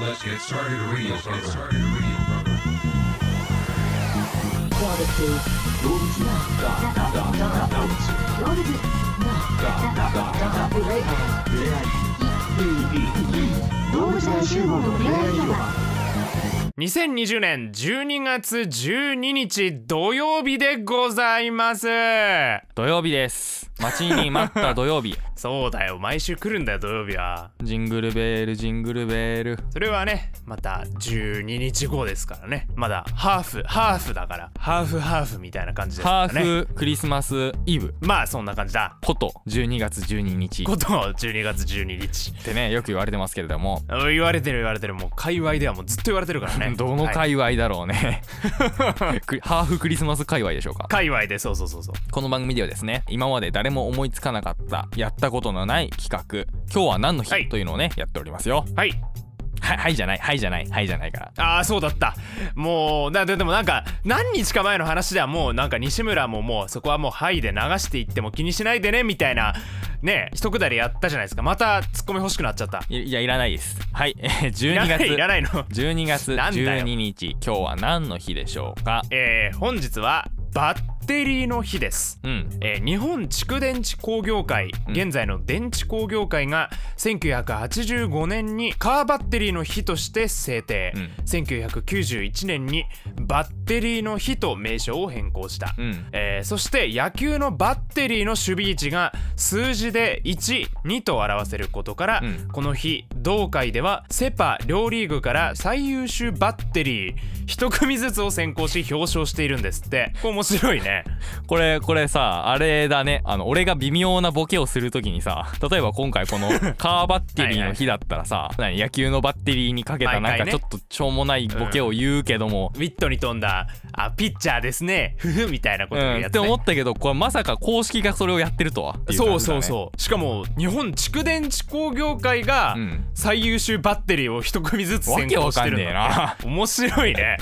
Let's get started radio, brother. Get started radio, brother. Barbecue. Barbecue. 2020年12月12日土曜日でございます土曜日です待ちに待った土曜日そうだよ毎週来るんだよ土曜日はジングルベールジングルベールそれはねまた12日後ですからねまだハーフハーフだからハーフハーフみたいな感じですかハらねーフクリスマスイブまあそんな感じだこと12月12日こっと12月12日てねよく言われてますけれども言われてる言われてるもう界隈ではもうずっと言われてるからね どのはい界隈だろう ね、クリハーフクリスマス界隈でしょうか界隈でそうそうそうそうこの番組ではですね今まで誰も思いつかなかったやったことのない企画今日は何のはい日というのをね、やっておりますよはいはいはいじゃないはいじゃないはいじゃないからああそうだったもうだででもなんか何日か前の話ではもうなんか西村ももうそこはもう「はい」で流していっても気にしないでねみたいなね一くだりやったじゃないですかまたツッコミ欲しくなっちゃったいいやいらないですはいえーいら12ないいら月ないの12月なんだよ12日今日は何の日でしょうかえー、本日はバッテリーの日ですうんえー日本蓄電池工業会うん現在の電池工業会が1985年にカーバッテリーの日として制定、うん1991年にバッテリーの日と名称を変更した、うんえーそして野球のバッテリーの守備位置が数字で12と表せることから、うんこの日同会ではセ・パ両リーグから最優秀バッテリー1組ずつを選考し表彰しているんですってこれ面白いねこれこれさあれだねあの俺が微妙なボケをするときにさ例えば今回こ のカーバッテリーの日だったらさ何野球のバッテリーにかけたなん毎か回ねちょっとしょうもないボケを言うけども、ウィットに飛んだあピッチャーですねふふみたいなこうんとをやっってて、ね思ったけどこれまさか公式がそれをやってるとはっていそう感じだそねうそうしかも日本蓄電池工業会がうん最優秀バッテリーを1組ずつ選考してるんだわけわかんねって面白いね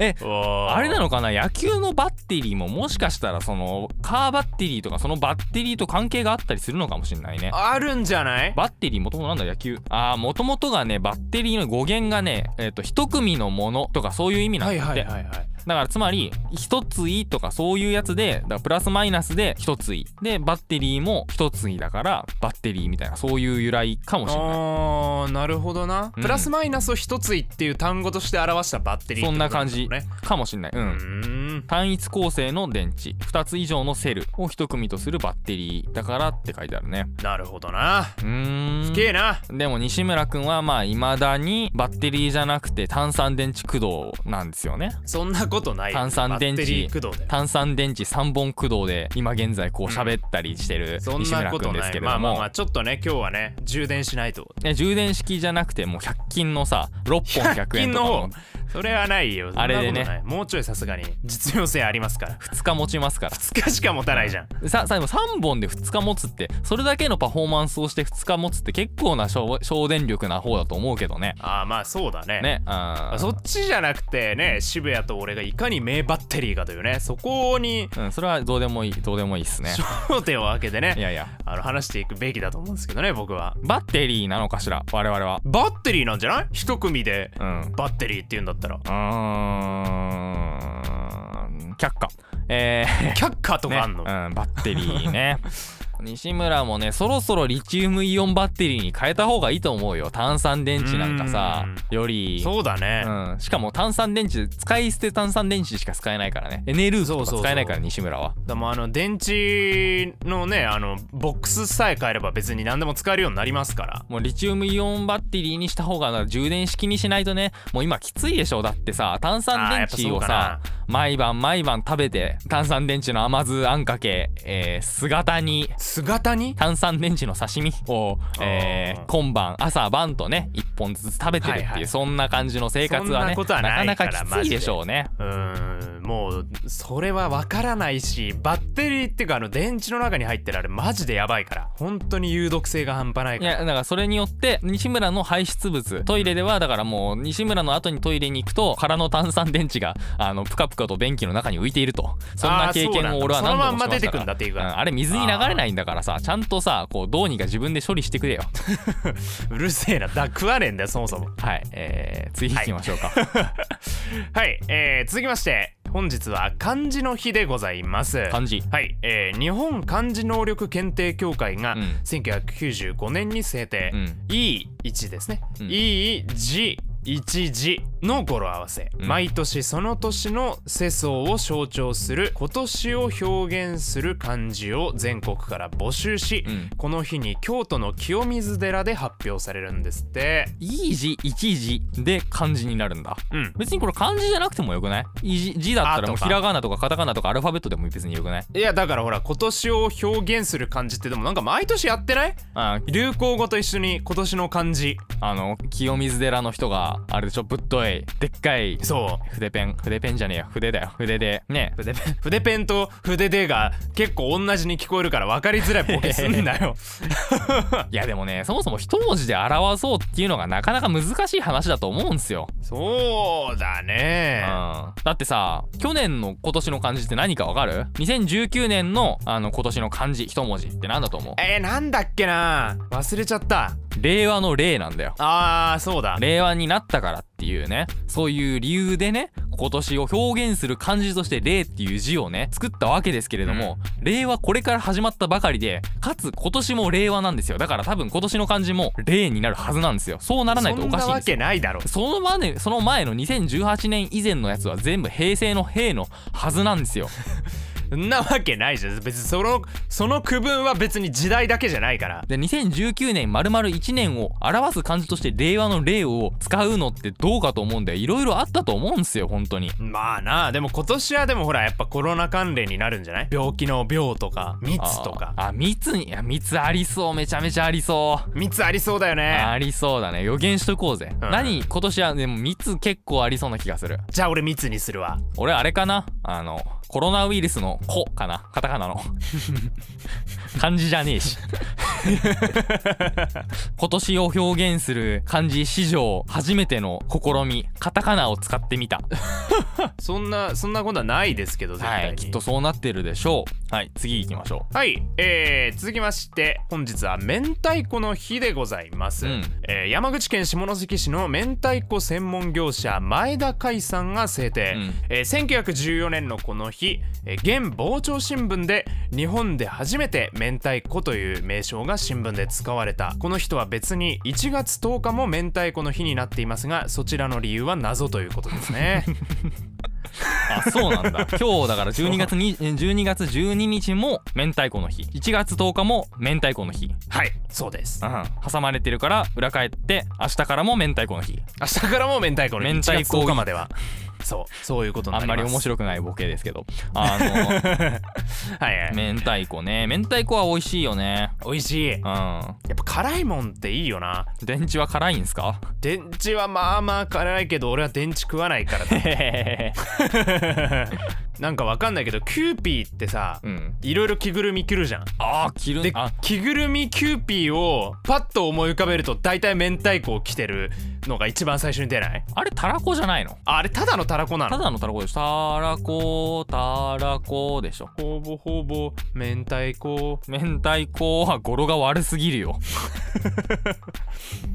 え おーあれなのかな野球のバッテリーももしかしたらそのカーバッテリーとかそのバッテリーと関係があったりするのかもしれないねあるんじゃないバッテリーもともとなんだ野球ああもともとがねバッテリーの語源がねえっ、と一組のものとかそういう意味なんだはっいて、はいはいはいだからつまり一ついとかそういうやつでだからプラスマイナスで一ついでバッテリーも一ついだからバッテリーみたいなそういう由来かもしれないあーなるほどな、うんプラスマイナスを一ついっていう単語として表したバッテリーそんな感っじてことかもしれないうん、なんだろうねうーん単一構成の電池2つ以上のセルを一組とするバッテリーだからって書いてあるねなるほどなうーんけえなでも西村くんはまあ未だにバッテリーじゃなくて炭酸電池駆動なんですよねそんなことないよ炭酸電池バッテリー駆動だよ炭酸電池3本駆動で今現在こう喋ったりしてるそん西な村こくとんですないけれまあどまあもまあちょっとね今日はね充電しないとね充電式じゃなくてもう100均のさ6本100円と均かのの 方それはないよあれでねそんなことないもうちょいさすがに実用性ありますから2日持ちますから2日しか持たないじゃんささでも3本で2日持つってそれだけのパフォーマンスをして2日持つって結構な省省電力な方だと思うけどねああまあそうだねねああそっちじゃなくてね渋谷と俺がいかに名バッテリーかというねそこにうんそれはどうでもいいどうでもいいっすね焦点を当ててねいやいやあの話していくべきだと思うんですけどね僕はバッテリーなのかしら我々はバッテリーなんじゃない一組でうんバッテリーって言うんだったらうーん却下えー却下とねかあんの、うん、バッテリーね 西村もねそろそろリチウムイオンバッテリーに変えた方がいいと思うよ炭酸電池なんかさよりそうだね、うん、しかも炭酸電池使い捨て炭酸電池しか使えないからねエネルーズとか使えないからそうそうそう西村はでもあの電池のねあのボックスさえ変えれば別に何でも使えるようになりますからもうリチウムイオンバッテリーにした方が充電式にしないとねもう今きついでしょだってさ炭酸電池をさあー毎晩毎晩食べて炭酸電池の甘酢あんかけ、えー姿に姿に炭酸電池の刺身を、えーあー今晩朝晩とね1本ずつ食べてるっていう、はいはいそんな感じの生活そはんなねことはないなかなからかきついでしょうね。うーんもうそれは分からないしバッテリーっていうかあの電池の中に入ってるあれマジでやばいから本当に有毒性が半端ないいからやだからそれによって西村の排出物トイレではだからもう西村の後にトイレに行くと空の炭酸電池があのプカプカと便器の中に浮いているとそんな経験を俺は何度もしましたからあーそうなんだそのまんま出てくんだっていうかんあれ水に流れないんだからさちゃんとさこうどうにか自分で処理してくれようるせえなだ食わねえんだよそもそもはいえー、次行きましょうか、はい、えー、続きまして本日は漢字の日でございます漢字はい、えー、日本漢字能力検定協会がうん1995年に制定、うん E1 ですね、うん E1 一字の語呂合わせ、うん毎年その年の世相を象徴する今年を表現する漢字を全国から募集し、うんこの日に京都の清水寺で発表されるんですっていい字一字で漢字になるんだうん別にこれ漢字じゃなくてもよくないいい字字だったらもあうとかひらがなとかカタカナとかアルファベットでも別によくないいやだからほら今年を表現する漢字ってでもなんか毎年やってないあー流行語と一緒に今年の漢字あの清水寺の人があれでしょぶっといでっかいそう筆ペン筆ペンじゃねえよ筆だよ筆でね筆ペン筆ペンと筆でが結構同じに聞こえるから分かりづらいボケすんなよ いやでもねそもそも一文字で表そうっていうのがなかなか難しい話だと思うんすよ、そうだうん、ねだってさ去年の今年の漢字って何かわかる ?2019 年のあの今年の漢字一文字って何だと思うえー、なんだっけな忘れちゃった令和の令なんだよあーそうだ令和になったからっていうねそういう理由でね今年を表現する漢字として「令」っていう字をね作ったわけですけれども、令和これから始まったばかりでかつ今年も令和なんですよだから多分今年の漢字も「令」になるはずなんですよそうならないとおかしいそんなんでわすよけないだろその前その前の2018年以前のやつは全部平成の「平」のはずなんですよそんなわけないじゃん別にそのその区分は別に時代だけじゃないからで2019年丸々1年を表す漢字として令和の「令」を使うのってどうかと思うんだよいろいろあったと思うんですよ本当にまあなあでも今年はでもほらやっぱコロナ関連になるんじゃない病気の病とか密とかあーあ密にいや密ありそうめちゃめちゃありそう密ありそうだよねありそうだね予言しとこうぜ、うん何今年はでも密結構ありそうな気がするじゃあ俺密にするわ俺あれかなあのコロナウイルスの「子」かなカタカ ナの漢字じゃねえし今年を表現する漢字史上初めての試みカタカナを使ってみたそんなそんなことはないですけど絶は対いにきっとそうなってるでしょうはい次行きましょうはい、えー、続きまして本日は明太子の日でございます、うんえー山口県下関市の明太子専門業者前田海さんが制定、うんえー1914年のこの日、えー現傍聴新聞で日本で初めて明太子という名称が新聞で使われたこの日とは別に1月10日も明太子の日になっていますがそちらの理由は謎ということで すねあそうなん だ今日だから12月に12月12日も明太子の日1月10日も明太子の日、はいそうですうん、挟まれてるから裏返って明日からも明太子の日明日からも明太子の明1太子月10日まではそうそういうことになあんりまますり面白くないボケですけ どあのはいはい、明太子ね明太子は美味しいよね美味しいやうっんぱ辛いもんっていいよな電池は辛いんす か電池はまあまあ辛いけど俺は電池食わな いからだなんかわかんないけどキューピーってさ、うんいろいろ着ぐるみ着るじゃんあー着るであ着ぐるみキューピーをパッと思い浮かべると大体明太子を着てるのが一番最初に出ないあれたらこじゃないのああれただのたらこなたのだのたらこでしょたらこたらこでしょほぼほぼ明太子明太子は語呂が悪すぎるよ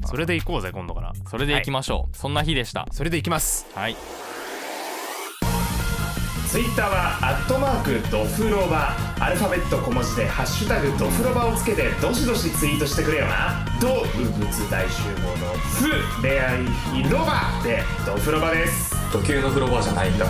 それで行こうぜ今度からそれでいきましょう、そんな日でしたそれで行きますはいツイッターはアットマークドフロバアルファベット小文字でハッシュタグドフロバをつけてどしどしツイートしてくれよなドウブツ大集合のフ恋愛広場でドフロバです時計の風呂場じゃないんだ